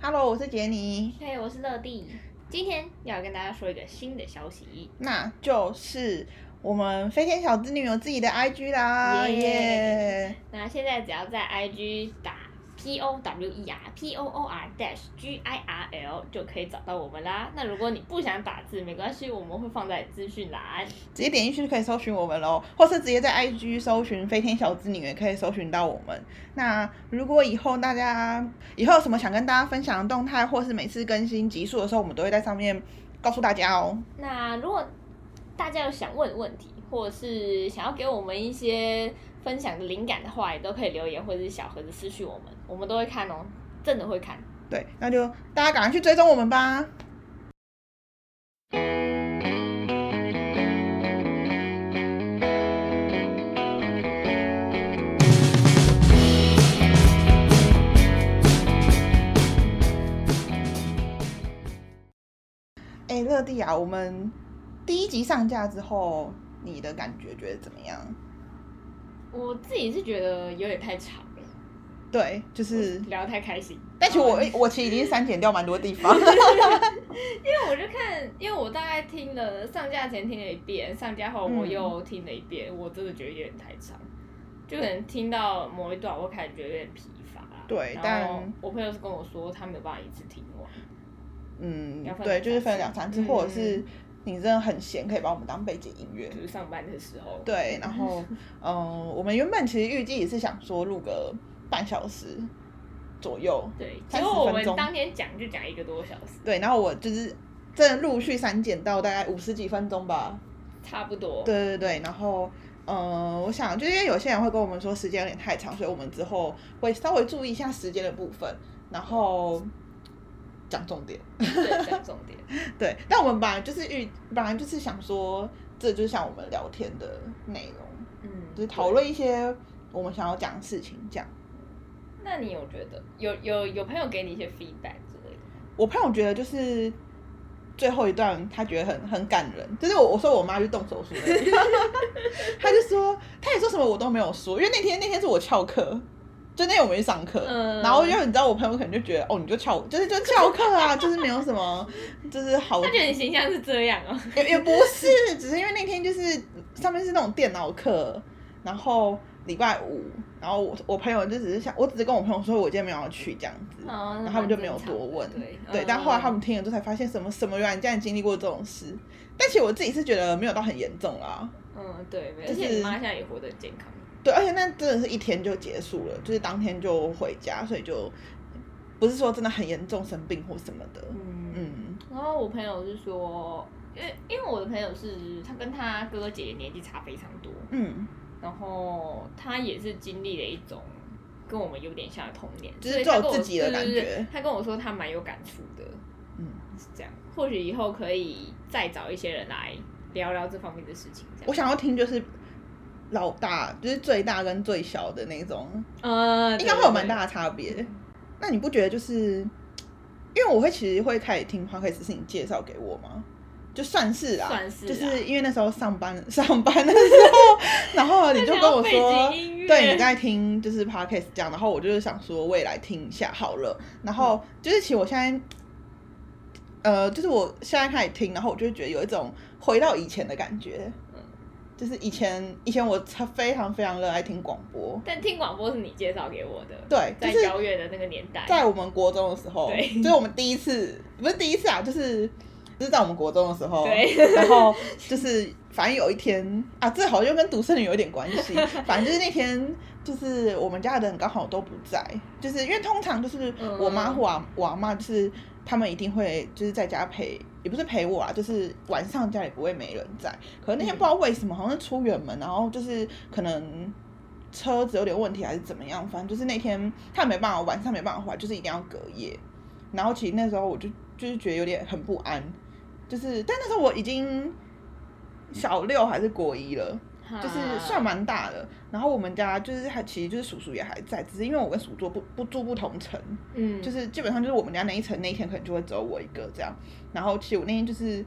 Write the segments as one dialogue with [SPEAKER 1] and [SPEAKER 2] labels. [SPEAKER 1] Hello，我是杰尼，
[SPEAKER 2] 嘿、我是乐蒂。今天要跟大家说一个新的消息，
[SPEAKER 1] 那就是我们飞天小织女有自己的 IG 啦，
[SPEAKER 2] 耶
[SPEAKER 1] 耶！
[SPEAKER 2] 那现在只要在 IG 打 P O W E R P O O R dash G I R L 就可以找到我们啦。那如果你不想打字，没关系，我们会放在资讯栏。
[SPEAKER 1] 直接点进去就可以搜寻我们喽，或是直接在 IG 搜寻飞天小织女也可以搜寻到我们。那如果以后大家以后有什么想跟大家分享的动态，或是每次更新集数的时候，我们都会在上面告诉大家哦。
[SPEAKER 2] 那如果大家有想问的问题，或者是想要给我们一些分享的灵感的话，也都可以留言或者是小盒子私讯我们，我们都会看哦，真的会看。
[SPEAKER 1] 对，那就大家赶快去追踪我们吧。哎，乐蒂啊，我们第一集上架之后，你的感觉觉得怎么样？
[SPEAKER 2] 我自己是觉得有点太长了，
[SPEAKER 1] 对，就是，
[SPEAKER 2] 聊得太开心。
[SPEAKER 1] 但其实我我其实已经删减掉蛮多地方。
[SPEAKER 2] 因为我就看，因为我大概听了上架前听了一遍，上架后
[SPEAKER 1] 嗯
[SPEAKER 2] 我又听了一遍，我真的觉得有点太长，就可能听到某一段我感觉有点疲乏。
[SPEAKER 1] 对
[SPEAKER 2] 然后
[SPEAKER 1] 但
[SPEAKER 2] 我朋友是跟我说他没有办法一次听完。
[SPEAKER 1] 嗯
[SPEAKER 2] 要，分
[SPEAKER 1] 对，
[SPEAKER 2] 两
[SPEAKER 1] 就是
[SPEAKER 2] 三
[SPEAKER 1] 分
[SPEAKER 2] 次
[SPEAKER 1] 两三次，
[SPEAKER 2] 嗯
[SPEAKER 1] 或者是你真的很闲，可以把我们当背景音乐
[SPEAKER 2] 就。是上班的时候。
[SPEAKER 1] 对，然 后嗯、我们原本其实预计也是想说录个半小时左右，
[SPEAKER 2] 对，
[SPEAKER 1] 30
[SPEAKER 2] 结果我
[SPEAKER 1] 分
[SPEAKER 2] 们
[SPEAKER 1] 钟
[SPEAKER 2] 当天讲就讲一个多小时，
[SPEAKER 1] 对，然后我就是真的陆续删减到大概五十几分钟吧，
[SPEAKER 2] 差不多。
[SPEAKER 1] 对对对，然后。嗯，我想就是因为有些人会跟我们说时间有点太长，所以我们之后会稍微注意一下时间的部分，然后讲重点。
[SPEAKER 2] 对，讲重点。
[SPEAKER 1] 对，但我们本来就是预，本来就是想说，这就像我们聊天的内容，
[SPEAKER 2] 嗯，
[SPEAKER 1] 就是讨论一些我们想要讲的事情。这样，
[SPEAKER 2] 对。那你有觉得有有有朋友给你一些 feedback 之类的？
[SPEAKER 1] 我朋友觉得就是最后一段，他觉得很很感人，就是我我说我妈去动手术那个， 他就说，他也说什么我都没有说，因为那天那天是我翘课。就那天我们去上课，
[SPEAKER 2] 嗯
[SPEAKER 1] 然后因为你知道我朋友可能就觉得哦，你就翘，就是就翘课啊，就是没有什么，就是好
[SPEAKER 2] 他觉得你形象是这样哦。
[SPEAKER 1] 也 也不是，只是因为那天就是上面是那种电脑课，然后礼拜五，然后我我朋友就只是想，我只是跟我朋友说我今天没有要去这样子，
[SPEAKER 2] 哦
[SPEAKER 1] 然
[SPEAKER 2] 那
[SPEAKER 1] 后他们就
[SPEAKER 2] 蛮
[SPEAKER 1] 没有
[SPEAKER 2] 正
[SPEAKER 1] 多
[SPEAKER 2] 常的
[SPEAKER 1] 问，
[SPEAKER 2] 对
[SPEAKER 1] 对，
[SPEAKER 2] 嗯
[SPEAKER 1] 但后来他们听了之后才发现什么什么，原来你竟然经历过这种事，但其实我自己是觉得没有到很严重啦，
[SPEAKER 2] 嗯，对，没有
[SPEAKER 1] 就是
[SPEAKER 2] 而且你妈现在也活得很健康。
[SPEAKER 1] 对，而且那真的是一天就结束了，就是当天就回家，所以就不是说真的很严重生病或什么的，
[SPEAKER 2] 嗯
[SPEAKER 1] 嗯，
[SPEAKER 2] 然后我朋友是说，因为因为我的朋友是他跟他哥哥姐姐年纪差非常多，
[SPEAKER 1] 嗯，
[SPEAKER 2] 然后他也是经历了一种跟我们有点像的童年，
[SPEAKER 1] 就是
[SPEAKER 2] 所以他
[SPEAKER 1] 做
[SPEAKER 2] 跟我
[SPEAKER 1] 自己的
[SPEAKER 2] 对
[SPEAKER 1] 感
[SPEAKER 2] 对对
[SPEAKER 1] 觉
[SPEAKER 2] 他跟我说他蛮有感触的，
[SPEAKER 1] 嗯，
[SPEAKER 2] 是这样。或许以后可以再找一些人来聊聊这方面的事情。这
[SPEAKER 1] 我
[SPEAKER 2] 样，
[SPEAKER 1] 想要听就是老大，就是最大跟最小的那种，
[SPEAKER 2] 呃，
[SPEAKER 1] 应该会有蛮大的差别。那你不觉得就是，因为我会其实会开始听 podcast 是你介绍给我吗？就算是啦，
[SPEAKER 2] 算是啦
[SPEAKER 1] 就是因为那时候上班 上班的时候，然后你就跟我
[SPEAKER 2] 他想要
[SPEAKER 1] 说
[SPEAKER 2] 背景音，乐
[SPEAKER 1] 对你在听就是 podcast 这样，然后我就是想说我也来听一下好了，然
[SPEAKER 2] 嗯
[SPEAKER 1] 后就是其实我现在。呃，就是我现在开始听，然后我就会觉得有一种回到以前的感觉，
[SPEAKER 2] 嗯
[SPEAKER 1] 就是以前以前我超非常非常热爱听广播，
[SPEAKER 2] 对。但听广播是你介绍给我的，
[SPEAKER 1] 对就
[SPEAKER 2] 在
[SPEAKER 1] 是
[SPEAKER 2] 遥远的那个年代，
[SPEAKER 1] 在我们国中的时候，
[SPEAKER 2] 对
[SPEAKER 1] 就是我们第一次，不是第一次啊，就是就是在我们国中的时候，
[SPEAKER 2] 对
[SPEAKER 1] 然后就是反正有一天啊，这好像又跟独生女有点关 系，反正就是那天就是我们家的人刚好都不在，就是因为通常就是
[SPEAKER 2] 嗯
[SPEAKER 1] 我妈或我我阿妈，就是他们一定会就是在家陪。也不是陪我啊，就是晚上家里不会没人在。可是那天
[SPEAKER 2] 嗯
[SPEAKER 1] 不知道为什么，好像是出远门，然后就是可能车子有点问题还是怎么样，反正就是那天他没办法，晚上没办法回来，就是一定要隔夜。然后其实那时候我就就是觉得有点很不安，就是但那时候我已经小六还是国一了，
[SPEAKER 2] 哈
[SPEAKER 1] 就是算蛮大的。然后我们家就是还其实就是叔叔也还在，只是因为我跟叔叔不不住不同层，
[SPEAKER 2] 嗯，
[SPEAKER 1] 就是基本上就是我们家那一层那一天可能就会只有我一个这样。然后其实我那天就是。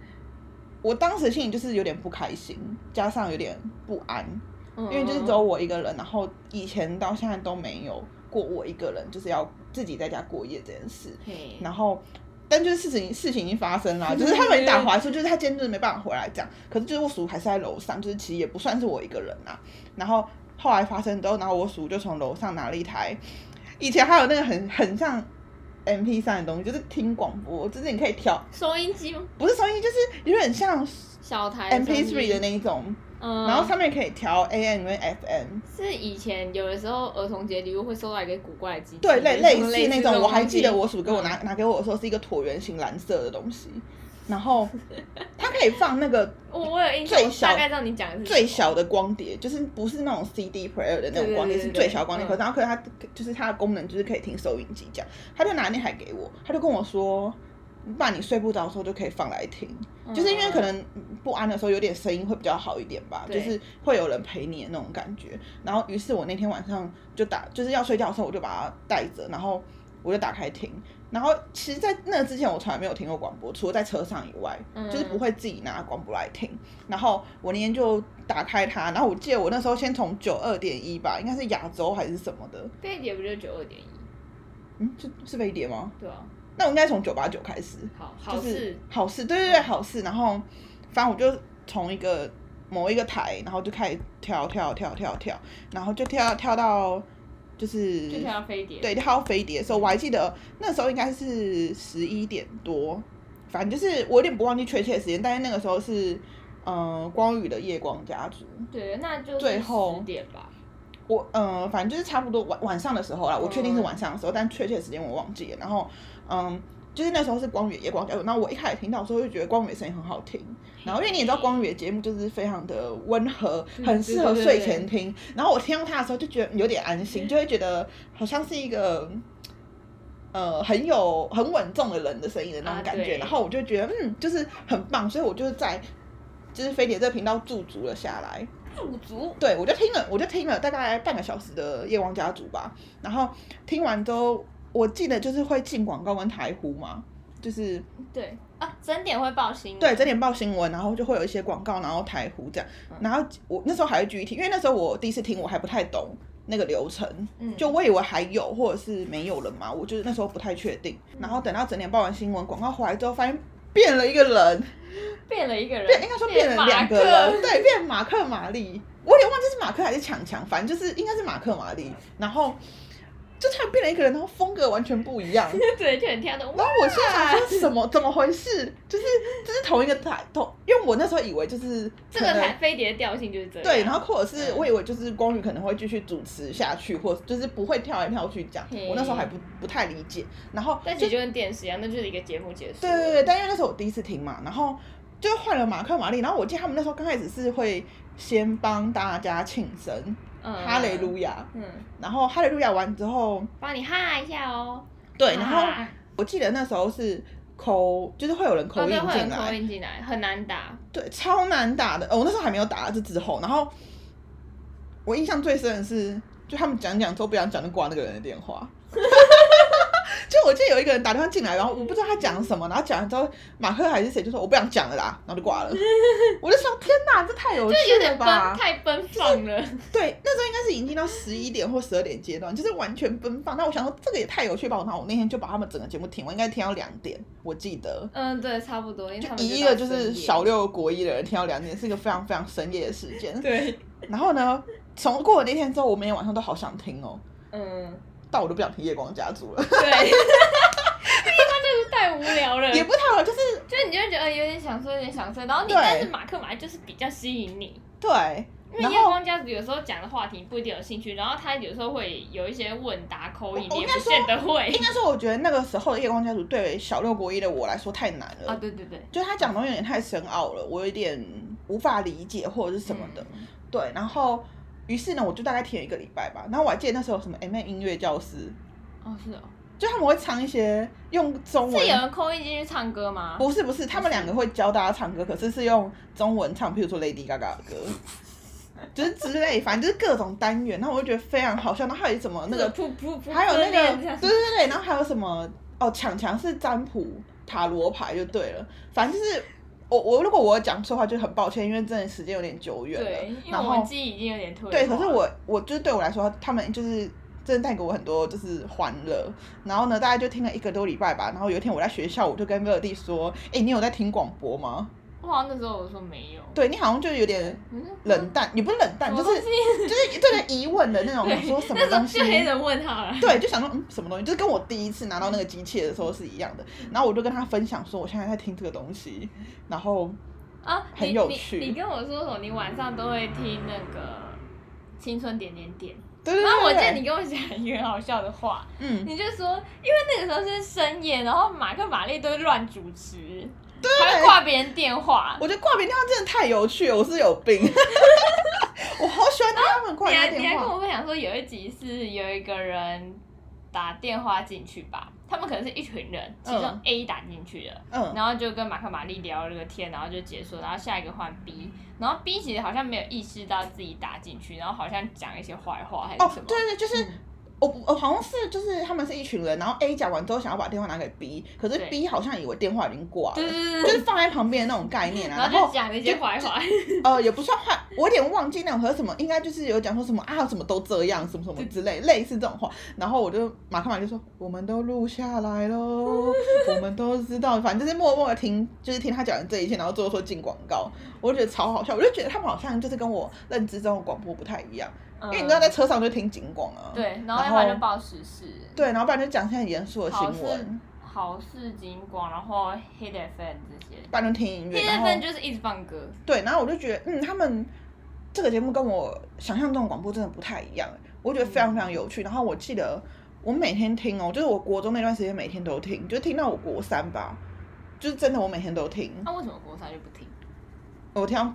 [SPEAKER 1] 我当时心里就是有点不开心，加上有点不安，
[SPEAKER 2] 因嗯哦
[SPEAKER 1] 因为就是只有我一个人，然后以前到现在都没有过我一个人就是要自己在家过夜这件事。
[SPEAKER 2] 嘿，
[SPEAKER 1] 然后，但就是事情事情已经发生了，就是他们已经打回来说，就是他今天就是没办法回来这样。可是就是我叔还是在楼上，就是其实也不算是我一个人啊。然后后来发生之后，然后我叔就从楼上拿了一台，以前还有那个很很像 M P 三的东西，就是听广播，就是你可以调，
[SPEAKER 2] 收音机吗
[SPEAKER 1] 不是收音机，就是有点像
[SPEAKER 2] 小台
[SPEAKER 1] M P
[SPEAKER 2] 哎收音
[SPEAKER 1] three
[SPEAKER 2] 机
[SPEAKER 1] 的那一种，
[SPEAKER 2] 嗯，
[SPEAKER 1] 然后上面可以调 A M 跟 F M。
[SPEAKER 2] 是以前有的时候儿童节礼物会收到一个古怪的机器，
[SPEAKER 1] 对，类类
[SPEAKER 2] 似
[SPEAKER 1] 似那种，
[SPEAKER 2] 种东
[SPEAKER 1] 我还记得
[SPEAKER 2] 西嗯
[SPEAKER 1] 我叔给我拿拿给我的时候是一个椭圆形蓝色的东 西，然后它可以放那个
[SPEAKER 2] 我我有印象，
[SPEAKER 1] 最
[SPEAKER 2] 我
[SPEAKER 1] 小
[SPEAKER 2] 大概知道你讲的是什么
[SPEAKER 1] 最小的光碟，就是不是那种 CD player 的那种光碟，
[SPEAKER 2] 对对对
[SPEAKER 1] 是
[SPEAKER 2] 对
[SPEAKER 1] 最小的光碟。
[SPEAKER 2] 嗯
[SPEAKER 1] 可是然后可是它就是它的功能就是可以听收音机这样，他就拿那台给我，他就跟我说。爸，你睡不着的时候就可以放来听，
[SPEAKER 2] 嗯
[SPEAKER 1] 就是因为可能不安的时候有点声音会比较好一点吧，就
[SPEAKER 2] 对
[SPEAKER 1] 是会有人陪你的那种感觉。然后，于是我那天晚上就打，就是要睡觉的时候我就把它带着，然后我就打开听。然后，其实，在那之前我从来没有听过广播，除了在车上以外，
[SPEAKER 2] 嗯
[SPEAKER 1] 就是不会自己拿广播来听。然后我那天就打开它，然后我记得我那时候先从九二点一吧，应该是亚洲还是什么的，
[SPEAKER 2] 飞碟不就是九二点一，
[SPEAKER 1] 嗯，是是飞碟吗？
[SPEAKER 2] 对啊，
[SPEAKER 1] 那我应该从九八九开始，
[SPEAKER 2] 好
[SPEAKER 1] 就
[SPEAKER 2] 好
[SPEAKER 1] 是
[SPEAKER 2] 事，
[SPEAKER 1] 好事，对对对，
[SPEAKER 2] 嗯
[SPEAKER 1] 好事。然后反正我就从一个某一个台，然后就开始跳跳跳跳跳，然后就跳跳到就是
[SPEAKER 2] 就像飞碟，
[SPEAKER 1] 对，跳到飞碟的时候，我还记得那时候应该是十一点多，反正就是我有点不忘记确切时间，但是那个时候是呃光宇的夜光家族，
[SPEAKER 2] 对，那就是
[SPEAKER 1] 最后
[SPEAKER 2] 10点吧，
[SPEAKER 1] 我呃反正就是差不多晚晚上的时候啦，我确定是
[SPEAKER 2] 嗯
[SPEAKER 1] 晚上的时候，但确切时间我忘记了。然后嗯。就是那时候是光宇的夜光家族，那我一开始听到的时候就觉得光宇的声音很好听，然后因为你也知道光宇的节目就是非常的温和，
[SPEAKER 2] 嗯
[SPEAKER 1] 很适合
[SPEAKER 2] 对对
[SPEAKER 1] 睡
[SPEAKER 2] 对
[SPEAKER 1] 前听。然后我听到他的时候就觉得有点安心，就会觉得好像是一个呃很有很稳重的人的声音的那种
[SPEAKER 2] 啊
[SPEAKER 1] 感觉。
[SPEAKER 2] 对
[SPEAKER 1] 然后我就觉得嗯，就是很棒，所以我就是在就是飞碟这个频道驻足了下来。
[SPEAKER 2] 驻足，
[SPEAKER 1] 对，我就听了，我就听了大概半个小时的《夜光家族》吧。然后听完之后，我记得就是会进广告跟台呼嘛，就是
[SPEAKER 2] 对啊，整点会报新闻，
[SPEAKER 1] 对，整点报新闻，然后就会有一些广告，然后台呼这样。然后我那时候还会继续听，因为那时候我第一次听，我还不太懂那个流程，
[SPEAKER 2] 嗯
[SPEAKER 1] 就我以为还有或者是没有了嘛，我就是那时候不太确定。然后等到整点报完新闻，广告回来之后，发现变了一个人，
[SPEAKER 2] 变了一个人，
[SPEAKER 1] 变应该说变了两个
[SPEAKER 2] 马克
[SPEAKER 1] 人，对，变马克玛丽，我有点忘记是马克还是强强，反正就是应该是马克玛丽。然后就突然变了一个人，然后风格完全不一 样。
[SPEAKER 2] 对，就很跳的，
[SPEAKER 1] 然
[SPEAKER 2] 哇，
[SPEAKER 1] 后我现在想说什么怎么回事？就是就是同一个台同，因为我那时候以为就是
[SPEAKER 2] 这
[SPEAKER 1] 可
[SPEAKER 2] 个
[SPEAKER 1] 能
[SPEAKER 2] 台飞碟的调性就是这样，
[SPEAKER 1] 对，然后或者是
[SPEAKER 2] 嗯
[SPEAKER 1] 我以为就是光宇可能会继续主持下去，或就是不会跳来跳去讲。
[SPEAKER 2] 嘿
[SPEAKER 1] 我那时候还不不太理解，然后
[SPEAKER 2] 但
[SPEAKER 1] 就
[SPEAKER 2] 其实就跟电视一样，那就是一个节目结束，
[SPEAKER 1] 对对对，，但因为那时候我第一次听嘛，然后就换了马克玛丽，然后我记得他们那时候刚开始是会先帮大家庆生，
[SPEAKER 2] 嗯，
[SPEAKER 1] 哈雷路亚，
[SPEAKER 2] 嗯，
[SPEAKER 1] 然后哈雷路亚完之后，
[SPEAKER 2] 帮你哈一下哦，
[SPEAKER 1] 对，然后
[SPEAKER 2] 哈
[SPEAKER 1] 我记得那时候是口，就是会有人口
[SPEAKER 2] 哦
[SPEAKER 1] 音
[SPEAKER 2] 对，会有
[SPEAKER 1] 进
[SPEAKER 2] 口
[SPEAKER 1] 来，
[SPEAKER 2] 音进来，很难打，
[SPEAKER 1] 对，超难打的，哦，我那时候还没有打，这之后，然后我印象最深的是，就他们讲讲之后不想讲就挂那个人的电话。 就我记得有一个人打电话进来，然后我不知道他讲什么，然后讲完之后，马克还是谁就说我不想讲了啦，然后就 挂了。我就说天哪，这太有
[SPEAKER 2] 就有
[SPEAKER 1] 趣了
[SPEAKER 2] 点奔
[SPEAKER 1] 吧！
[SPEAKER 2] 太奔放了，
[SPEAKER 1] 对，那时候应该是已经进到十一点或十二点阶段，就是完全奔放。那我想说这个也太有趣吧，然后我那天就把他们整个节目听完，应该听到两点，我记得。
[SPEAKER 2] 嗯，对，差不多，因为他
[SPEAKER 1] 就
[SPEAKER 2] 们
[SPEAKER 1] 以一
[SPEAKER 2] 到
[SPEAKER 1] 个就是
[SPEAKER 2] 深夜
[SPEAKER 1] 小六国一的人听到两点，是一个非常非常深夜的时间。
[SPEAKER 2] 对，
[SPEAKER 1] 然后呢，从过了那天之后，我每天晚上都好想听哦，
[SPEAKER 2] 嗯，
[SPEAKER 1] 但我都不想听《夜光家族》 了，
[SPEAKER 2] 对，因为他那个太无聊 了，
[SPEAKER 1] 也不太好，就是
[SPEAKER 2] 就是你就会觉得呃有点想睡，有点想睡，然后你
[SPEAKER 1] 对
[SPEAKER 2] 但是马克马就是比较吸引你，
[SPEAKER 1] 对，
[SPEAKER 2] 因为
[SPEAKER 1] 然
[SPEAKER 2] 夜
[SPEAKER 1] 后。
[SPEAKER 2] 光家族有时候讲的话题不一定有兴趣，然后他有时候会有一些问答口音，
[SPEAKER 1] 我我
[SPEAKER 2] 你也
[SPEAKER 1] 应该
[SPEAKER 2] 不
[SPEAKER 1] 说
[SPEAKER 2] 见得会
[SPEAKER 1] 应该说，我觉得那个时候的《夜光家族》对小六国一的我来说哦太难 了，
[SPEAKER 2] 啊，对对对，
[SPEAKER 1] 就是他讲的东西有点太深奥了，我有点无法理解或者是什么的。
[SPEAKER 2] 嗯
[SPEAKER 1] 对，然后于是呢，我就大概听了一个礼拜吧。然后我还记得那时候有什么 M N 音乐教室，
[SPEAKER 2] 哦是哦，
[SPEAKER 1] 就他们会唱一些用中
[SPEAKER 2] 是有
[SPEAKER 1] 文，
[SPEAKER 2] 人扣音进去唱歌吗？
[SPEAKER 1] 不是不是，他们两个会教大家唱歌，可是是用中文唱，譬如说 Lady Gaga 的歌。 就是之类，反正就是各种单元，然后我就觉得非常好笑。然后还有什么那
[SPEAKER 2] 这
[SPEAKER 1] 个
[SPEAKER 2] 个噗噗噗，
[SPEAKER 1] 还有那个，
[SPEAKER 2] 割裂这样
[SPEAKER 1] 对对对，然后还有什么哦，强强是占卜塔罗牌就对了，反正就是我我如果我有讲错的话就很抱歉，因为真的时间有点久远
[SPEAKER 2] 对
[SPEAKER 1] 了，。
[SPEAKER 2] 因为
[SPEAKER 1] 然
[SPEAKER 2] 我们
[SPEAKER 1] 后
[SPEAKER 2] 记忆已经有点退化，
[SPEAKER 1] 对，可是我我就是对我来说，他们就是真的带给我很多就是欢乐。然后呢，大概就听了一个多礼拜吧。然后有一天我在学校，我就跟乐弟说：“哎、你有在听广播吗
[SPEAKER 2] 我好像那时候我说没有，？”
[SPEAKER 1] 对你好像就有点
[SPEAKER 2] 嗯
[SPEAKER 1] 冷淡，也不是冷淡，
[SPEAKER 2] 什
[SPEAKER 1] 就
[SPEAKER 2] 么
[SPEAKER 1] 是
[SPEAKER 2] 东西
[SPEAKER 1] 就是对着疑问的那种，想说什么
[SPEAKER 2] 那时候
[SPEAKER 1] 东西
[SPEAKER 2] 就？黑人问号了。
[SPEAKER 1] 对，就想说嗯什么东西，就是跟我第一次拿到那个机器的时候是一样的。然后我就跟他分享说，我现在在听这个东西，然后
[SPEAKER 2] 啊，
[SPEAKER 1] 很
[SPEAKER 2] 你
[SPEAKER 1] 有趣
[SPEAKER 2] 你。你跟我说什么？你晚上都会听那个《青春点点点
[SPEAKER 1] 对对》，对
[SPEAKER 2] 然后我记
[SPEAKER 1] 对
[SPEAKER 2] 得你跟我讲一个很好笑的话，
[SPEAKER 1] 嗯，
[SPEAKER 2] 你就说，因为那个时候是深夜，然后马克玛丽都会乱主持，还会挂别人电话。
[SPEAKER 1] 我觉得挂别人电话真的太有趣了，我是有病， 我好喜欢听他们挂
[SPEAKER 2] 你
[SPEAKER 1] 人
[SPEAKER 2] 还
[SPEAKER 1] 家
[SPEAKER 2] 你还
[SPEAKER 1] 电
[SPEAKER 2] 跟
[SPEAKER 1] 话。
[SPEAKER 2] 我分享说，有一集是有一个人打电话进去吧，他们可能是一群人，其中
[SPEAKER 1] 嗯
[SPEAKER 2] A 打进去了。
[SPEAKER 1] 嗯，
[SPEAKER 2] 然后就跟马克玛丽聊了个天，然后就结束，然后下一个换 B，然后 B 其实好像没有意识到自己打进去，然后好像讲一些坏话还
[SPEAKER 1] 哦
[SPEAKER 2] 是什，么。嗯
[SPEAKER 1] 对对，就是。我我好像是就是他们是一群人，然后 A 讲完之后想要把电话拿给 B，可是
[SPEAKER 2] 对
[SPEAKER 1] B 好像以为电话已经挂
[SPEAKER 2] 对
[SPEAKER 1] 了，
[SPEAKER 2] 对对
[SPEAKER 1] 就
[SPEAKER 2] 对
[SPEAKER 1] 是放在旁边的那种概念啊。
[SPEAKER 2] 然
[SPEAKER 1] 然
[SPEAKER 2] 后
[SPEAKER 1] 后
[SPEAKER 2] 就讲了一些坏话，
[SPEAKER 1] 呃，也不算坏，我有点忘记那种和什么，应该就是有讲说什么啊，什么都这样，什么什么之类，类似这种话。然后我就马克马就说，我们都录下来喽，我们都知道，反正就是默默的听，就是听他讲的这一切，然后最后说进广告，我就觉得超好笑。我就觉得他们好像就是跟我认知中的广播不太一样，因为你知道在车上就听警广啊，
[SPEAKER 2] 嗯对，然
[SPEAKER 1] 然
[SPEAKER 2] 后要不然
[SPEAKER 1] 后
[SPEAKER 2] 就报时事，
[SPEAKER 1] 对，然后不然就讲现在严肃的
[SPEAKER 2] 好
[SPEAKER 1] 新
[SPEAKER 2] 事
[SPEAKER 1] 闻，
[SPEAKER 2] 好事警广，然后 Hit FM 这些
[SPEAKER 1] 不然就听音乐，
[SPEAKER 2] ，Hit
[SPEAKER 1] 然后
[SPEAKER 2] FM 就是一直放歌，
[SPEAKER 1] 对，然后我就觉得，嗯，他们这个节目跟我想象中的广播真的不太一样，我觉得
[SPEAKER 2] 嗯
[SPEAKER 1] 非常非常有趣。然后我记得我每天听哦，就是我国中那段时间每天都听，就听到我国三吧，就是真的我每天都听，
[SPEAKER 2] 那为什么国三就不听？
[SPEAKER 1] 我听到。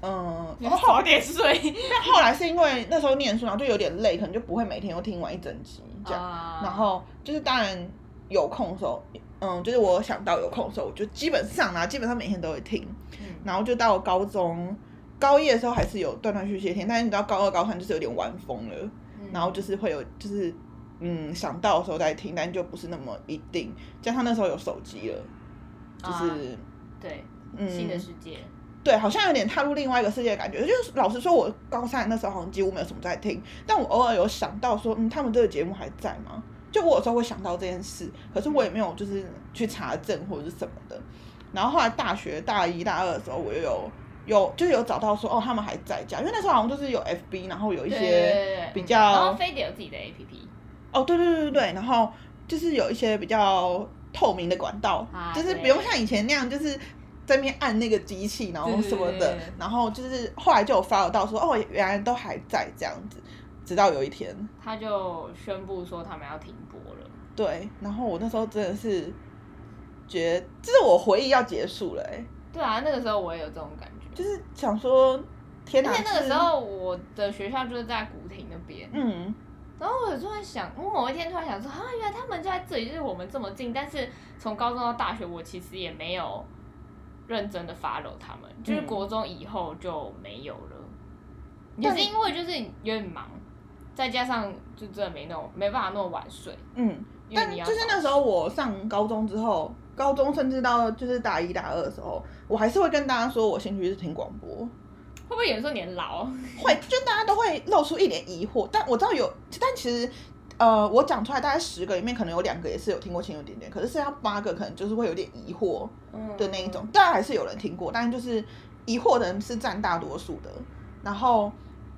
[SPEAKER 1] 嗯，
[SPEAKER 2] 你
[SPEAKER 1] 然后后
[SPEAKER 2] 早点睡。
[SPEAKER 1] 但后来是因为那时候念书，然后就有点累，可能就不会每天都听完一整集这样。
[SPEAKER 2] 啊
[SPEAKER 1] 然后就是当然有空的时候，嗯，就是我想到有空的时候，我就基本上啊啦，基本上每天都会听。
[SPEAKER 2] 嗯
[SPEAKER 1] 然后就到高中高一的时候还是有断断续续的听，但是你知道高二高三就是有点玩疯了，
[SPEAKER 2] 嗯
[SPEAKER 1] 然后就是会有就是嗯想到的时候再听，但就不是那么一定。加上那时候有手机了，就是、
[SPEAKER 2] 啊对新的
[SPEAKER 1] 嗯
[SPEAKER 2] 世界，
[SPEAKER 1] 对，好像有点踏入另外一个世界的感觉。就是老实说，我高三那时候好像几乎没有什么在听，但我偶尔有想到说，嗯，他们这个节目还在吗？就我有时候会想到这件事，可是我也没有就是去查证或者是什么的。然后后来大学大一大二的时候，我又有有就是有找到说哦，他们还在家，因为那时候好像就是有 FB，然后有一
[SPEAKER 2] 对
[SPEAKER 1] 些
[SPEAKER 2] 对对
[SPEAKER 1] 比
[SPEAKER 2] 嗯
[SPEAKER 1] 较
[SPEAKER 2] 然后飞碟有自己的 APP，
[SPEAKER 1] 哦，对对对对对，然后就是有一些比较透明的管道，
[SPEAKER 2] 啊
[SPEAKER 1] 就是不
[SPEAKER 2] 对
[SPEAKER 1] 用像以前那样就是。在那边按那个机器，然后
[SPEAKER 2] 对对
[SPEAKER 1] 什么
[SPEAKER 2] 对
[SPEAKER 1] 的
[SPEAKER 2] 对，
[SPEAKER 1] 然后就是后来就有 follow 到说，哦，原来都还在这样子，直到有一天，
[SPEAKER 2] 他就宣布说他们要停播了。
[SPEAKER 1] 对，然后我那时候真的是觉得，就是我回忆要结束了、欸，
[SPEAKER 2] 对啊，那个时候我也有这种感觉，
[SPEAKER 1] 就是想说，天哪，
[SPEAKER 2] 而且那
[SPEAKER 1] 是
[SPEAKER 2] 个时，候我的学校就是在古亭那边，
[SPEAKER 1] 嗯，
[SPEAKER 2] 然后我有突然想，我某一天突然想说，啊，原来他们就在这里，就是我们这么近，但是从高中到大学，我其实也没有认真的 follow 他们，就是
[SPEAKER 1] 嗯
[SPEAKER 2] 国中以后就没有了，也
[SPEAKER 1] 但
[SPEAKER 2] 是因为就是有点忙，再加上就真的没那种没办法那么晚睡，
[SPEAKER 1] 嗯，
[SPEAKER 2] 因为
[SPEAKER 1] 但
[SPEAKER 2] 你要
[SPEAKER 1] 就是
[SPEAKER 2] 早
[SPEAKER 1] 那时候我上高中之后，高中甚至到就是大一大二的时候，我还是会跟大家说我兴趣是听广播，
[SPEAKER 2] 会不会有人说你很老？
[SPEAKER 1] 会就大家都会露出一脸疑惑，但我知道有，但其实。呃，我讲出来大概十个里面，可能有两个也是有听过《情有点点》，可是剩下八个可能就是会有点疑惑
[SPEAKER 2] 嗯
[SPEAKER 1] 的那一种，当然还是有人听过，但是就是疑惑的人是占大多数的，然后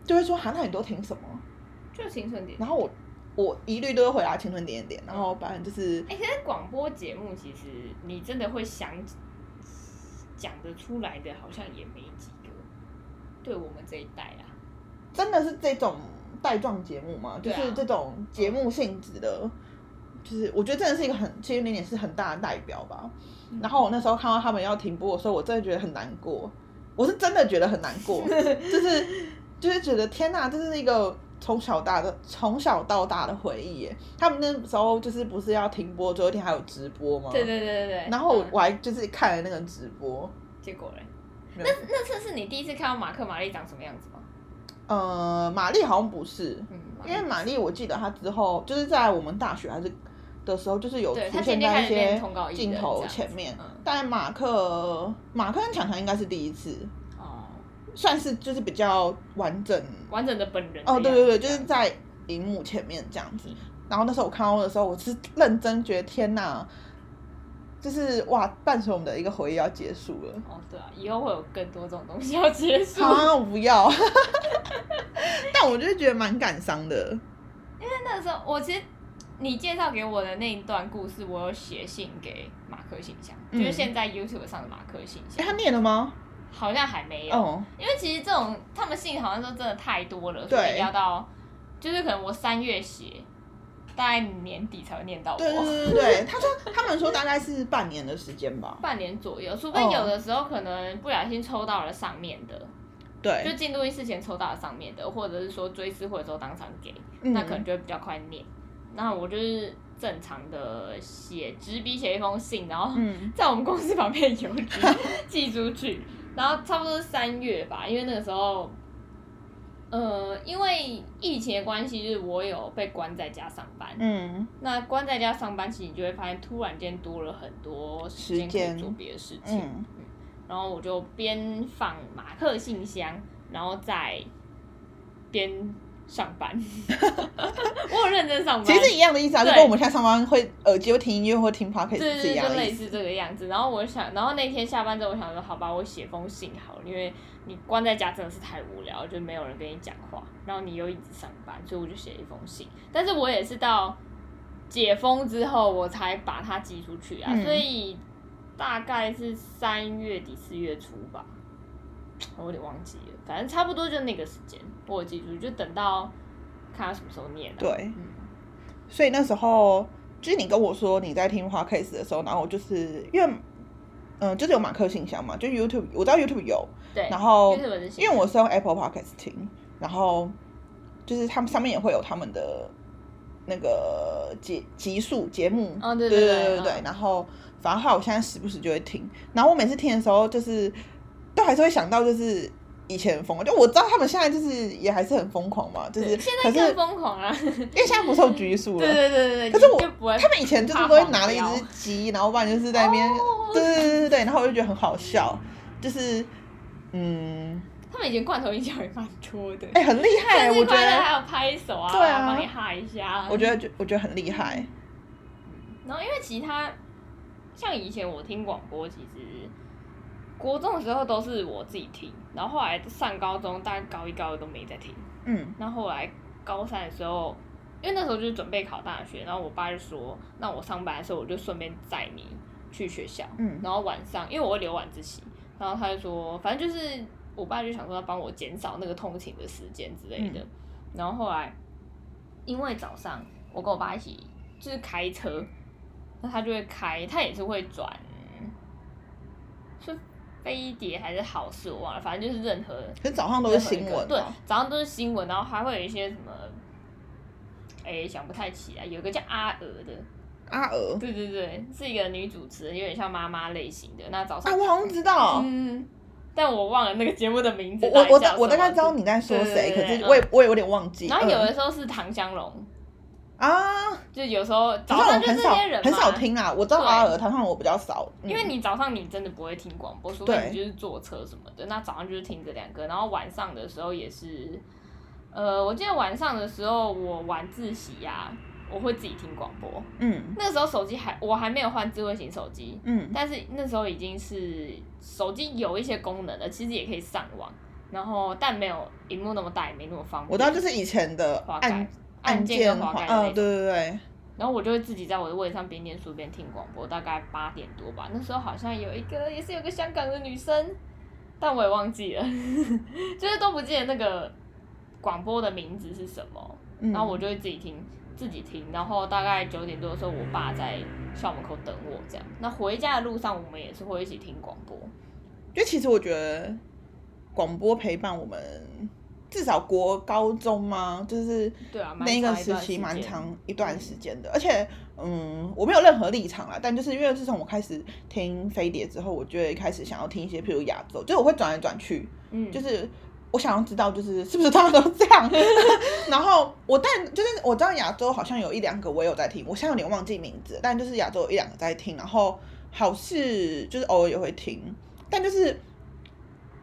[SPEAKER 1] 就会说：“韩那你都听什么
[SPEAKER 2] 就青春点？”。
[SPEAKER 1] 然后我我一律都会回答“青春点点点”，然后反正就是
[SPEAKER 2] 哎、可是广播节目其实你真的会想讲得出来的，好像也没几个。对我们这一代啊，
[SPEAKER 1] 真的是这种带状节目吗？就
[SPEAKER 2] 对啊
[SPEAKER 1] 是这种节目性质的，就是我觉得真的是一个很，其实有点点是很大的代表吧。
[SPEAKER 2] 嗯
[SPEAKER 1] 然后我那时候看到他们要停播的时候，我真的觉得很难 过，我是真的觉得很难过，就是就是觉得天哪，这是一个从小大的从小到大的回忆耶。他们那时候就是不是要停播，最后一天还有直播吗？
[SPEAKER 2] 对对对对对。
[SPEAKER 1] 然后我
[SPEAKER 2] 嗯
[SPEAKER 1] 我还就是看了那个直播，
[SPEAKER 2] 结果嘞，
[SPEAKER 1] 没
[SPEAKER 2] 那
[SPEAKER 1] 有
[SPEAKER 2] 那次是你第一次看到马克玛丽长什么样子吗？
[SPEAKER 1] 呃，玛丽好像不是，
[SPEAKER 2] 嗯，
[SPEAKER 1] 因为
[SPEAKER 2] 玛丽
[SPEAKER 1] 玛丽，我记得她之后就是在我们大学还是的时候，就是有
[SPEAKER 2] 对
[SPEAKER 1] 出
[SPEAKER 2] 她
[SPEAKER 1] 现
[SPEAKER 2] 渐渐
[SPEAKER 1] 在
[SPEAKER 2] 开
[SPEAKER 1] 一
[SPEAKER 2] 始变
[SPEAKER 1] 些
[SPEAKER 2] 通告艺
[SPEAKER 1] 镜
[SPEAKER 2] 人这
[SPEAKER 1] 头
[SPEAKER 2] 样
[SPEAKER 1] 前
[SPEAKER 2] 子
[SPEAKER 1] 面
[SPEAKER 2] 嗯。
[SPEAKER 1] 但马克、马克跟强强应该是第一次，
[SPEAKER 2] 哦，
[SPEAKER 1] 算是就是比较完整。
[SPEAKER 2] 完整的本人的
[SPEAKER 1] 哦，
[SPEAKER 2] 样子
[SPEAKER 1] 对对对，就是在荧幕前面这样子。然后那时候我看到的时候，我是认真觉得天哪，就是哇，伴随我们的一个回忆要结束 了。
[SPEAKER 2] 哦，对啊，以后会有更多这种东西要结束。
[SPEAKER 1] 啊，我不要！ 但我就是觉得蛮感伤的。
[SPEAKER 2] 那时候我其实你介绍给我的那一段故事，我有写信给马克信箱，
[SPEAKER 1] 嗯
[SPEAKER 2] 就是现在 YouTube 上的马克信
[SPEAKER 1] 哎、
[SPEAKER 2] 箱，
[SPEAKER 1] 他念了吗？
[SPEAKER 2] 好像还 没有。
[SPEAKER 1] 哦，
[SPEAKER 2] 因为其实这种他们信好像说真的太多了，
[SPEAKER 1] 对
[SPEAKER 2] 所以要到就是可能我三月写，大概年底才会念到我，
[SPEAKER 1] 对对对对对，他说他们说大概是半年的时间吧。
[SPEAKER 2] 半年左右，除非
[SPEAKER 1] 哦
[SPEAKER 2] 有的时候可能不小心抽到了上面的，就
[SPEAKER 1] 对，
[SPEAKER 2] 进度一事前抽到了上面的，或者是说追思会的时候当场给，
[SPEAKER 1] 嗯
[SPEAKER 2] 那可能就会比较快念。那我就是正常的写执笔写一封信，然后
[SPEAKER 1] 嗯
[SPEAKER 2] 在我们公司旁边邮 局寄出去，然后差不多是三月吧，因为那个时候，呃，因为疫情的关系，就是我有被关在家上班。
[SPEAKER 1] 嗯
[SPEAKER 2] 那关在家上班，其实你就会发现突然间多了很多时间
[SPEAKER 1] 时
[SPEAKER 2] 可
[SPEAKER 1] 间
[SPEAKER 2] 以做别的事情。
[SPEAKER 1] 嗯，
[SPEAKER 2] 然后我就边放马克信箱，然后再边上 班。我有认真上班，
[SPEAKER 1] 其实一样的意思啊，就
[SPEAKER 2] 对
[SPEAKER 1] 跟我们现在上班会耳机会听音乐或听
[SPEAKER 2] 对
[SPEAKER 1] podcast
[SPEAKER 2] 对
[SPEAKER 1] 是一
[SPEAKER 2] 对，
[SPEAKER 1] 样
[SPEAKER 2] 就
[SPEAKER 1] 的
[SPEAKER 2] 类
[SPEAKER 1] 意思。
[SPEAKER 2] 似这个样子。然后我想，然后那天下班之后，我想说，好吧，我写封信好了，因为你关在家真的是太无聊，就没有人跟你讲话，然后你又一直上班，所以我就写了一封信。但是我也是到解封之后，我才把它寄出去啊，
[SPEAKER 1] 嗯
[SPEAKER 2] 所以大概是三月底四月初吧，我有点忘记了，反正差不多就那个时间，我有寄出去，就等到看他什么时候念、啊。
[SPEAKER 1] 对
[SPEAKER 2] 嗯，
[SPEAKER 1] 所以那时候就是你跟我说你在听 podcast 的时候，然后我就是因为嗯、呃就是有马克信箱嘛，就 YouTube 我知道 YouTube 有，
[SPEAKER 2] 对，
[SPEAKER 1] 然后
[SPEAKER 2] YouTube 的信
[SPEAKER 1] 因为我是用 Apple Podcast 听，然后就是他们上面也会有他们的那个节集数节目，
[SPEAKER 2] 嗯
[SPEAKER 1] 对
[SPEAKER 2] 对
[SPEAKER 1] 对
[SPEAKER 2] 对
[SPEAKER 1] 对
[SPEAKER 2] 对嗯
[SPEAKER 1] 然后反正后来我现在时不时就会听，然后我每次听的时候，就是都还是会想到就是以前的疯狂，就我知道他们现在就是也还是很疯狂嘛，就是
[SPEAKER 2] 对现在
[SPEAKER 1] 可是
[SPEAKER 2] 更疯狂啊了、
[SPEAKER 1] 因为现在不受拘束了，
[SPEAKER 2] 对对对对对，
[SPEAKER 1] 可是
[SPEAKER 2] 你
[SPEAKER 1] 我
[SPEAKER 2] 就不会
[SPEAKER 1] 他们以前就是都会拿了一只鸡，然后不然就是在那边，
[SPEAKER 2] 哦
[SPEAKER 1] 对对对对对，然后我就觉得很好笑，就是嗯，
[SPEAKER 2] 他们以前罐头音效也蛮多的，
[SPEAKER 1] 哎、很厉害，
[SPEAKER 2] 生日
[SPEAKER 1] 我觉
[SPEAKER 2] 快乐
[SPEAKER 1] 得。
[SPEAKER 2] 还有拍手啊，
[SPEAKER 1] 对啊
[SPEAKER 2] 帮你嗨一下。
[SPEAKER 1] 我觉得就我觉得很厉害，
[SPEAKER 2] 然后因为其他像以前我听广播，其实国中的时候都是我自己听，然后后来上高中，大概高一高二都没在听，
[SPEAKER 1] 嗯
[SPEAKER 2] 然后后来高三的时候。因为那时候就是准备考大学，然后我爸就说，那我上班的时候我就顺便载你去学校，
[SPEAKER 1] 嗯
[SPEAKER 2] 然后晚上，因为我会留晚自习，然后他就说，反正就是我爸就想说要帮我减少那个通勤的时间之类的。
[SPEAKER 1] 嗯
[SPEAKER 2] 然后后来，因为早上我跟我爸一起就是开车，那他就会开，他也是会转，是飞碟还是好事我忘了，反正就是任何
[SPEAKER 1] 可是早上都是新
[SPEAKER 2] 任何一
[SPEAKER 1] 闻哦
[SPEAKER 2] 个对
[SPEAKER 1] 嘛，，
[SPEAKER 2] 早上都是新闻，然后还会有一些什么。哎、想不太起来，有一个叫阿娥的，
[SPEAKER 1] 阿娥
[SPEAKER 2] 对对对，是一个女主持人，有点像妈妈类型的。那早上
[SPEAKER 1] 啊，我好像知道，
[SPEAKER 2] 嗯，但我忘了那个节目的名字。
[SPEAKER 1] 我我我
[SPEAKER 2] 到底叫
[SPEAKER 1] 大我大概
[SPEAKER 2] 什么
[SPEAKER 1] 知道你在说谁，
[SPEAKER 2] 对
[SPEAKER 1] 可
[SPEAKER 2] 对对
[SPEAKER 1] 是
[SPEAKER 2] 嗯
[SPEAKER 1] 我也我也有点忘记。
[SPEAKER 2] 然后有
[SPEAKER 1] 嗯
[SPEAKER 2] 的时候是唐香龙，
[SPEAKER 1] 啊，
[SPEAKER 2] 就有时候
[SPEAKER 1] 可
[SPEAKER 2] 早
[SPEAKER 1] 是我
[SPEAKER 2] 上就
[SPEAKER 1] 很
[SPEAKER 2] 这
[SPEAKER 1] 少
[SPEAKER 2] 些人
[SPEAKER 1] 很
[SPEAKER 2] 嘛
[SPEAKER 1] 少，听啊，我知道
[SPEAKER 2] 对
[SPEAKER 1] 阿娥，她看我比较少，嗯
[SPEAKER 2] 因为你早上你真的不会听广播，除非
[SPEAKER 1] 对
[SPEAKER 2] 你就是坐车什么的。那早上就是听这两个，然后晚上的时候也是，呃，我记得晚上的时候我晚自习呀、我会自己听广播。
[SPEAKER 1] 嗯
[SPEAKER 2] 那个时候手机还我还没有换智慧型手机，
[SPEAKER 1] 嗯
[SPEAKER 2] 但是那时候已经是手机有一些功能了，其实也可以上网，然后但没有荧幕那么大，也没那么方便。
[SPEAKER 1] 我知道就是以前的
[SPEAKER 2] 滑
[SPEAKER 1] 案
[SPEAKER 2] 盖
[SPEAKER 1] 案
[SPEAKER 2] 件
[SPEAKER 1] 件
[SPEAKER 2] 跟滑盖的那
[SPEAKER 1] 嗯，
[SPEAKER 2] 种。
[SPEAKER 1] 对对对，
[SPEAKER 2] 然后我就会自己在我的位置上边念书边听广播，大概八点多吧。那时候好像有一个也是有个香港的女生，但我也忘记了， 就是都不记得那个广播的名字是什么。
[SPEAKER 1] 嗯
[SPEAKER 2] 然后我就会自己听，自己听。然后大概九点多的时候，我爸在校门口等我，这样。那回家的路上，我们也是会一起听广播。
[SPEAKER 1] 就其实我觉得广播陪伴我们至少国高中嘛，就是
[SPEAKER 2] 对啊，蛮
[SPEAKER 1] 那一个
[SPEAKER 2] 长一
[SPEAKER 1] 时
[SPEAKER 2] 段
[SPEAKER 1] 期
[SPEAKER 2] 时
[SPEAKER 1] 蛮
[SPEAKER 2] 间
[SPEAKER 1] 长一段时间的，而且嗯，我没有任何立场啦，但就是因为自从我开始听飞碟之后，我就会开始想要听一些，譬如亚洲，就是我会转来转去，
[SPEAKER 2] 嗯，
[SPEAKER 1] 就是是我想要知道，就是是不是大家都这样。 然后我但就是我知道亚洲好像有一两个我有在听，我现在有点忘记名字，但就是亚洲有一两个在听，然后好事就是偶尔也会听，但就是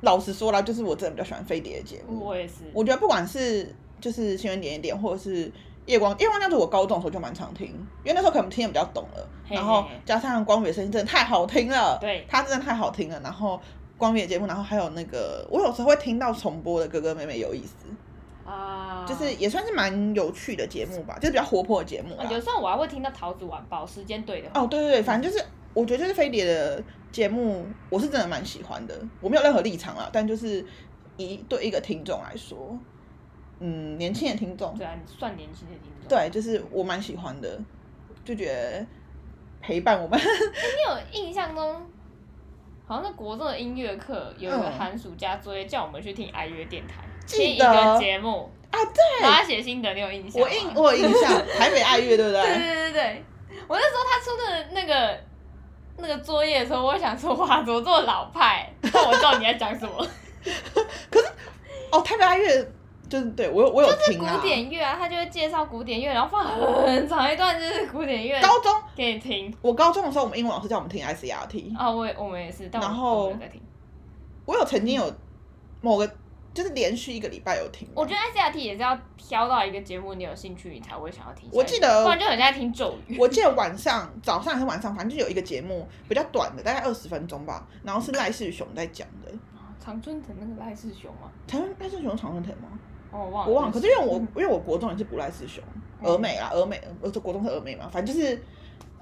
[SPEAKER 1] 老实说啦，就是我真的比较喜欢飞碟的节目。
[SPEAKER 2] 我也是，
[SPEAKER 1] 我觉得不管是就是新闻点点点，或者是夜光夜光家族，我高中的时候就蛮常听，因为那时候可能听的比较懂了，
[SPEAKER 2] 嘿
[SPEAKER 1] 然后
[SPEAKER 2] 嘿嘿
[SPEAKER 1] 加上光宇的声音真的太好听了，
[SPEAKER 2] 对
[SPEAKER 1] 他真的太好听了，然后。光宇的节目，然后还有那个，我有时候会听到重播的《哥哥妹妹有意思
[SPEAKER 2] 啊、》，
[SPEAKER 1] 就是也算是蛮有趣的节目
[SPEAKER 2] 哦
[SPEAKER 1] 吧，就是比较活泼的节目啦
[SPEAKER 2] 啊。有时候我还会听到桃子晚报，时间对的话
[SPEAKER 1] 哦，对对对，反正就是我觉得就是飞碟的节目，我是真的蛮喜欢的，我没有任何立场啦，但就是以对一个听众来说，嗯，年轻的听众，
[SPEAKER 2] 对啊，你算年轻的听众。
[SPEAKER 1] 对，就是我蛮喜欢的，就觉得陪伴我们 啊
[SPEAKER 2] 你有印象中，好像是国中的音乐课有一个
[SPEAKER 1] 嗯
[SPEAKER 2] 寒暑假作业，叫我们去听爱乐电台，
[SPEAKER 1] 记
[SPEAKER 2] 听一
[SPEAKER 1] 得
[SPEAKER 2] 个节目，
[SPEAKER 1] 啊，对
[SPEAKER 2] 然后他写心得，你有印象吗？
[SPEAKER 1] 我印我有印象， 台北爱乐对不对？
[SPEAKER 2] 对对对对，我那时候他出的那个那个作业的时候，我想说哇，怎么这么老派？但我知道你在讲 什么，
[SPEAKER 1] 哦，台北爱乐就是对我有我有
[SPEAKER 2] 就是
[SPEAKER 1] 听啊
[SPEAKER 2] 古，典乐啊，他就会介绍古典乐，然后放很长一段就是古典乐
[SPEAKER 1] 高中
[SPEAKER 2] 给你听。
[SPEAKER 1] 我高中的时候，我们英文老师叫我们听 ICRT，
[SPEAKER 2] 啊、我也我们也是，但我
[SPEAKER 1] 然
[SPEAKER 2] 我
[SPEAKER 1] 后
[SPEAKER 2] 没有在听。
[SPEAKER 1] 我有曾经有某个就是连续一个礼拜有听，
[SPEAKER 2] 我觉得 ICRT 也是要挑到一个节目你有兴趣，你才会想要听下去。
[SPEAKER 1] 我记得
[SPEAKER 2] 不然就很像在听咒语。
[SPEAKER 1] 我记得晚上、早上还是晚上，反正就有一个节目比较短的，大概二十分钟吧，然后是赖世雄在讲的。
[SPEAKER 2] 常春藤那个赖世雄吗？
[SPEAKER 1] 台湾赖世雄是常春藤吗？
[SPEAKER 2] 哦，我忘了。
[SPEAKER 1] 我忘了。可是因为我
[SPEAKER 2] 嗯
[SPEAKER 1] 因为我国中也是不赖世雄，
[SPEAKER 2] 哦
[SPEAKER 1] 峨眉啦，峨眉，我这国中是峨眉嘛，反正就是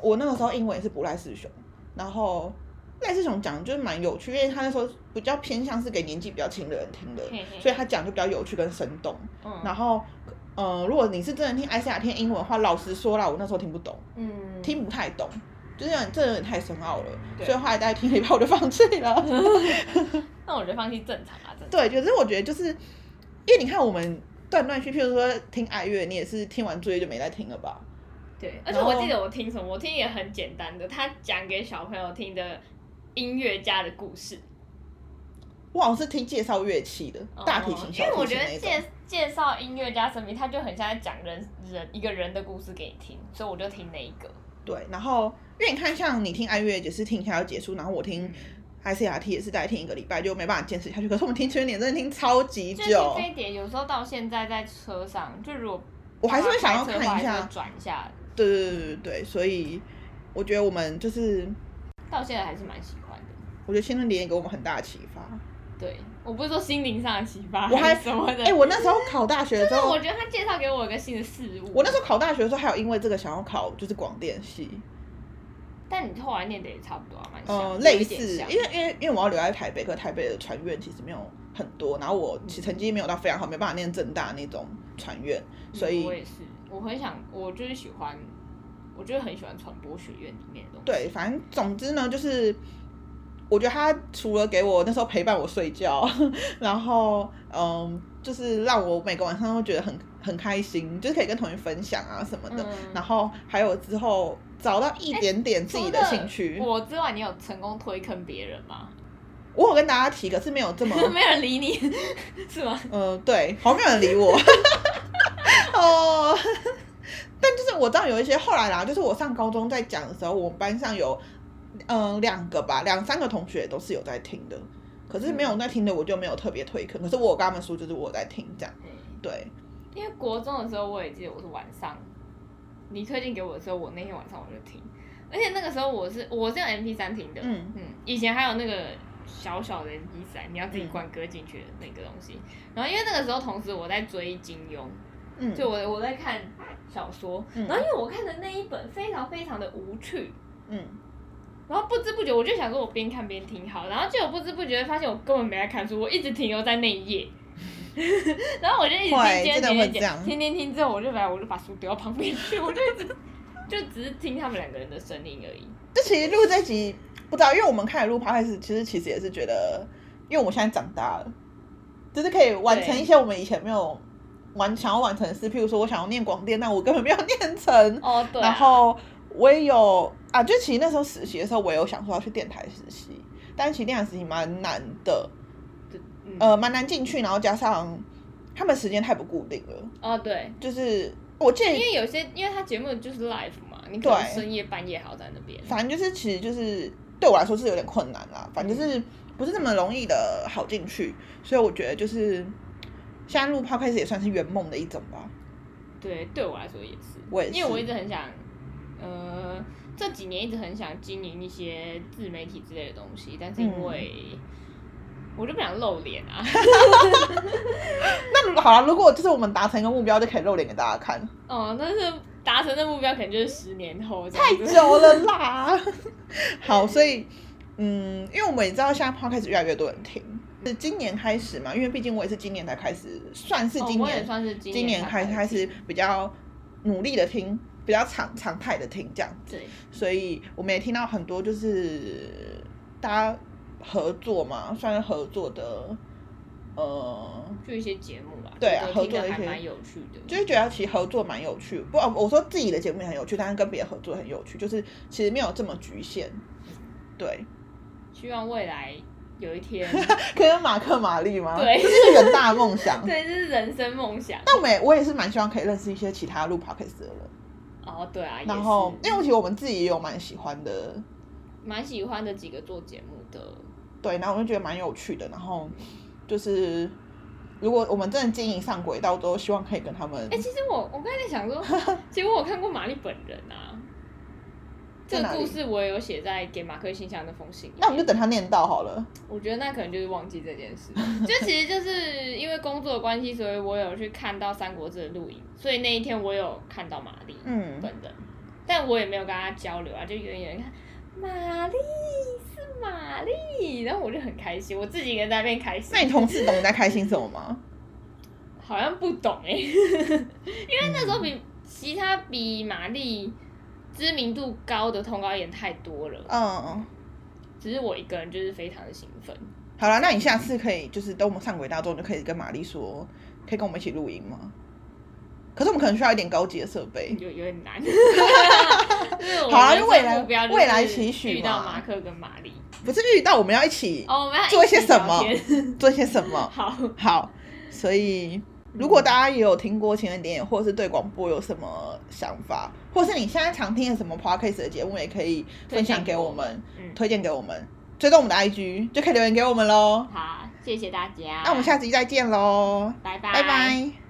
[SPEAKER 1] 我那个时候英文也是不赖世雄，然后赖世雄讲的就是蛮有趣，因为他那时候比较偏向是给年纪比较轻的人听的，
[SPEAKER 2] 嘿嘿
[SPEAKER 1] 所以他讲就比较有趣跟生动。
[SPEAKER 2] 嗯
[SPEAKER 1] 然后，呃，如果你是真的听艾夏听英文的话，老实说啦，我那时候听不懂。
[SPEAKER 2] 嗯，
[SPEAKER 1] 听不太懂，就是有点这有点太深奥了，
[SPEAKER 2] 对
[SPEAKER 1] 所以后来大家听了一半我就放弃了。
[SPEAKER 2] 那我觉得放弃正常啊，正常。
[SPEAKER 1] 对，可是我觉得就是，因为你看我们断断续续，譬如说听爱乐，你也是听完作业就没再听了吧？
[SPEAKER 2] 对，而且
[SPEAKER 1] 然后
[SPEAKER 2] 我记得我听什么，我听也很简单的，他讲给小朋友听的音乐家的故事，
[SPEAKER 1] 我好像是听介绍乐器的，大提琴、
[SPEAKER 2] 嗯
[SPEAKER 1] 小
[SPEAKER 2] 因为我
[SPEAKER 1] 提琴
[SPEAKER 2] 觉得
[SPEAKER 1] 那
[SPEAKER 2] 介
[SPEAKER 1] 种。
[SPEAKER 2] 介绍音乐家神明，他就很像在讲人人一个人的故事给你听，所以我就听那一个。
[SPEAKER 1] 对，然后因为你看，像你听爱乐也是听一下就结束，然后我
[SPEAKER 2] 嗯
[SPEAKER 1] 听 ICRT 也是大概听一个礼拜就没办法坚持下去。可是我们听全年真的听超级
[SPEAKER 2] 就是听
[SPEAKER 1] 久，
[SPEAKER 2] 飞碟，有时候到现在在车上，就如果
[SPEAKER 1] 我还是会想要看
[SPEAKER 2] 爸妈
[SPEAKER 1] 一
[SPEAKER 2] 开车的话还是
[SPEAKER 1] 下
[SPEAKER 2] 会。转一下，
[SPEAKER 1] 对对对对对，所以我觉得我们就是，
[SPEAKER 2] 到现在还是蛮喜欢的。
[SPEAKER 1] 我觉得新论点也给我们很大的启发。
[SPEAKER 2] 对，我不是说心灵上的启发，
[SPEAKER 1] 我还
[SPEAKER 2] 是 什么的。
[SPEAKER 1] 哎、我那时候考大学的时
[SPEAKER 2] 但
[SPEAKER 1] 候
[SPEAKER 2] 我，觉得他介绍给我一个新的事物。
[SPEAKER 1] 我那时候考大学的时候，还有因为这个想要考就是广电系，
[SPEAKER 2] 但你后来念的也差不多啊，蛮像的，
[SPEAKER 1] 呃，
[SPEAKER 2] 有
[SPEAKER 1] 类
[SPEAKER 2] 一点
[SPEAKER 1] 似，
[SPEAKER 2] 像
[SPEAKER 1] 因为因为因为我要留在台北，可台北的传院其实没有很多，然后我其实成绩没有到非常好，没办法念正大那种传院，所
[SPEAKER 2] 嗯我
[SPEAKER 1] 以
[SPEAKER 2] 也是，我很想，我就是喜欢，我就是很喜欢传播学院里面的东西。
[SPEAKER 1] 对，反正总之呢，就是我觉得他除了给我那时候陪伴我睡觉， 然后嗯，就是让我每个晚上都觉得很很开心，就是可以跟同学分享啊什么的，
[SPEAKER 2] 嗯
[SPEAKER 1] 然后还有之后找到一点点自己的兴趣。
[SPEAKER 2] 除了我之外，你有成功推坑别人吗？
[SPEAKER 1] 我有跟大家提，可是没有这么，
[SPEAKER 2] 没有人理你，是吗？
[SPEAKER 1] 呃，对，好像没有人理 我。哦， 但就是我知道有一些后来啦，就是我上高中在讲的时候，我班上有，嗯、两个吧，两三个同学都是有在听的，可是没有在听的，我就没有特别推坑。可是我有跟他们说，就是我有在听这样，对，
[SPEAKER 2] 因为国中的时候，我也记得我是晚上，你推荐给我的时候，我那天晚上我就听，而且那个时候我是我是用 MP 三听的，
[SPEAKER 1] 嗯
[SPEAKER 2] 嗯，以前还有那个小小的 MP 三，你要自己灌歌进去的那个东西。然后因为那个时候，同时我在追金庸，
[SPEAKER 1] 嗯，
[SPEAKER 2] 就我我在看小说，
[SPEAKER 1] 嗯
[SPEAKER 2] 然后因为我看的那一本非常非常的无趣，
[SPEAKER 1] 嗯，
[SPEAKER 2] 然后不知不觉我就想说，我边看边听好，然后结果不知不觉发现我根本没在看书，我一直停留在那一页， 然后我就一直
[SPEAKER 1] 会
[SPEAKER 2] 听，今天
[SPEAKER 1] 真的
[SPEAKER 2] 听
[SPEAKER 1] 会
[SPEAKER 2] 今天
[SPEAKER 1] 这样
[SPEAKER 2] 听听听之后，我就把我就把书丢到旁边去，我就一直就只是听他们两个人的声音而已。
[SPEAKER 1] 这其实录这集不知道，因为我们开始录 podcast，其实其实也是觉得，因为我们现在长大了，就是可以完成
[SPEAKER 2] 对
[SPEAKER 1] 一些我们以前没有完想要完成的事。譬如说，我想要念广电，但我根本没有 念成。
[SPEAKER 2] 哦，对、
[SPEAKER 1] 然后我也有啊，就其实那时候实习的时候，我也有想说要去电台实习，但其实电台实习蛮难的，
[SPEAKER 2] 嗯、
[SPEAKER 1] 呃，蛮难进去，然后加上他们时间太不固定了，
[SPEAKER 2] 哦对，
[SPEAKER 1] 就是我建
[SPEAKER 2] 因
[SPEAKER 1] 议，
[SPEAKER 2] 为有些因为他节目就是 live 嘛，你可能
[SPEAKER 1] 对
[SPEAKER 2] 深夜半夜还要在那边。
[SPEAKER 1] 反正就是其实就是对我来说是有点
[SPEAKER 2] 嗯
[SPEAKER 1] 困难啦，反正就是不是那么容易的好进去，所以我觉得就是现在录 podcast 也算是圆梦的一种吧。
[SPEAKER 2] 对，对我来说也是，
[SPEAKER 1] 我也是
[SPEAKER 2] 因为我一直很想，呃，这几年一直很想经营一些自媒体之类的东西，但是
[SPEAKER 1] 嗯
[SPEAKER 2] 因为我就不想露脸啊，
[SPEAKER 1] 那好了，如果就是我们达成一个目标，就可以露脸给大家 看。
[SPEAKER 2] 哦，但是达成的目标可能就是十年后这
[SPEAKER 1] 太
[SPEAKER 2] 样子，
[SPEAKER 1] 久了啦。好，所以嗯，因为我们也知道现在 podcast 越来越多人听，是今年开始嘛，因为毕竟我也是今年才开始，算是
[SPEAKER 2] 哦
[SPEAKER 1] 今
[SPEAKER 2] 我也
[SPEAKER 1] 年、
[SPEAKER 2] 算是今
[SPEAKER 1] 今年
[SPEAKER 2] 才
[SPEAKER 1] 开始开始比较努力的听，比较常常态的听这样子，
[SPEAKER 2] 对，
[SPEAKER 1] 所以我们也听到很多就是大家合作嘛，算是合作的，呃，
[SPEAKER 2] 就一些节目吧，
[SPEAKER 1] 对啊
[SPEAKER 2] 觉得
[SPEAKER 1] 合
[SPEAKER 2] 听
[SPEAKER 1] 作的
[SPEAKER 2] 得
[SPEAKER 1] 一
[SPEAKER 2] 还
[SPEAKER 1] 些
[SPEAKER 2] 蛮有趣的，
[SPEAKER 1] 就是觉得其实合作蛮有趣，不，我说自己的节目也很有趣，但是跟别人合作很有趣，就是其实没有这么局限。对，
[SPEAKER 2] 希望未来有 一天，
[SPEAKER 1] 可以有马克玛丽吗？
[SPEAKER 2] 对
[SPEAKER 1] 这是一个远大的梦 想。
[SPEAKER 2] 对，这是人生梦想。
[SPEAKER 1] 但我也我也是蛮希望可以认识一些其他录 podcast 的人，
[SPEAKER 2] 哦，对啊，也
[SPEAKER 1] 然后
[SPEAKER 2] 是
[SPEAKER 1] 因为其实我们自己也有蛮喜欢的，
[SPEAKER 2] 蛮喜欢的几个做节目的，
[SPEAKER 1] 对，然后我就觉得蛮有趣的，然后就是如果我们真的经营上轨道之后，希望可以跟他们
[SPEAKER 2] 哎、其实我我刚才在想说，其实我有看过玛丽本人啊，这
[SPEAKER 1] 在
[SPEAKER 2] 个
[SPEAKER 1] 哪里
[SPEAKER 2] 故事我也有写在给马克信箱那封信里面。
[SPEAKER 1] 那我们就等他念到好了。
[SPEAKER 2] 我觉得那可能就是忘记这件事，就其实就是因为工作的关系，所以我有去看到《三国志》的录影，所以那一天我有看到玛丽
[SPEAKER 1] 嗯
[SPEAKER 2] 本人，但我也没有跟她交流啊，就远远地看玛丽是玛丽，然后我就很开心，我自己一个人在那边开心
[SPEAKER 1] 那。你同事懂你在开心什么吗？
[SPEAKER 2] 好像不懂 哎、因为那时候比其他比玛丽知名度高的通告演太多了，
[SPEAKER 1] 嗯，
[SPEAKER 2] 只是我一个人就是非常的兴奋。
[SPEAKER 1] 好了，那你下次可以就是等我们上轨道之后，你就可以跟玛丽说，可以跟我们一起录音吗？可是我们可能需要一点高级的设备。
[SPEAKER 2] 有有点难。 就是我
[SPEAKER 1] 好啊
[SPEAKER 2] 人生
[SPEAKER 1] 未来
[SPEAKER 2] 目标就是
[SPEAKER 1] 未来期许嘛
[SPEAKER 2] 遇到马克跟玛丽。
[SPEAKER 1] 不是遇到我们要一起
[SPEAKER 2] 哦，我们要
[SPEAKER 1] 做一些
[SPEAKER 2] 起聊
[SPEAKER 1] 什么
[SPEAKER 2] 天
[SPEAKER 1] 做些什么。
[SPEAKER 2] 好，
[SPEAKER 1] 好，所以如果大家也有听过情人点眼，或者是对广播有什么想法，或是你现在常听的什么 podcast 的节目，也可以分享给我们，
[SPEAKER 2] 嗯，
[SPEAKER 1] 推荐给我们，追踪我们的 IG 就可以留言给我们喽。
[SPEAKER 2] 啊好，谢谢大家。
[SPEAKER 1] 那我们下次再见喽，
[SPEAKER 2] 拜拜
[SPEAKER 1] 拜拜。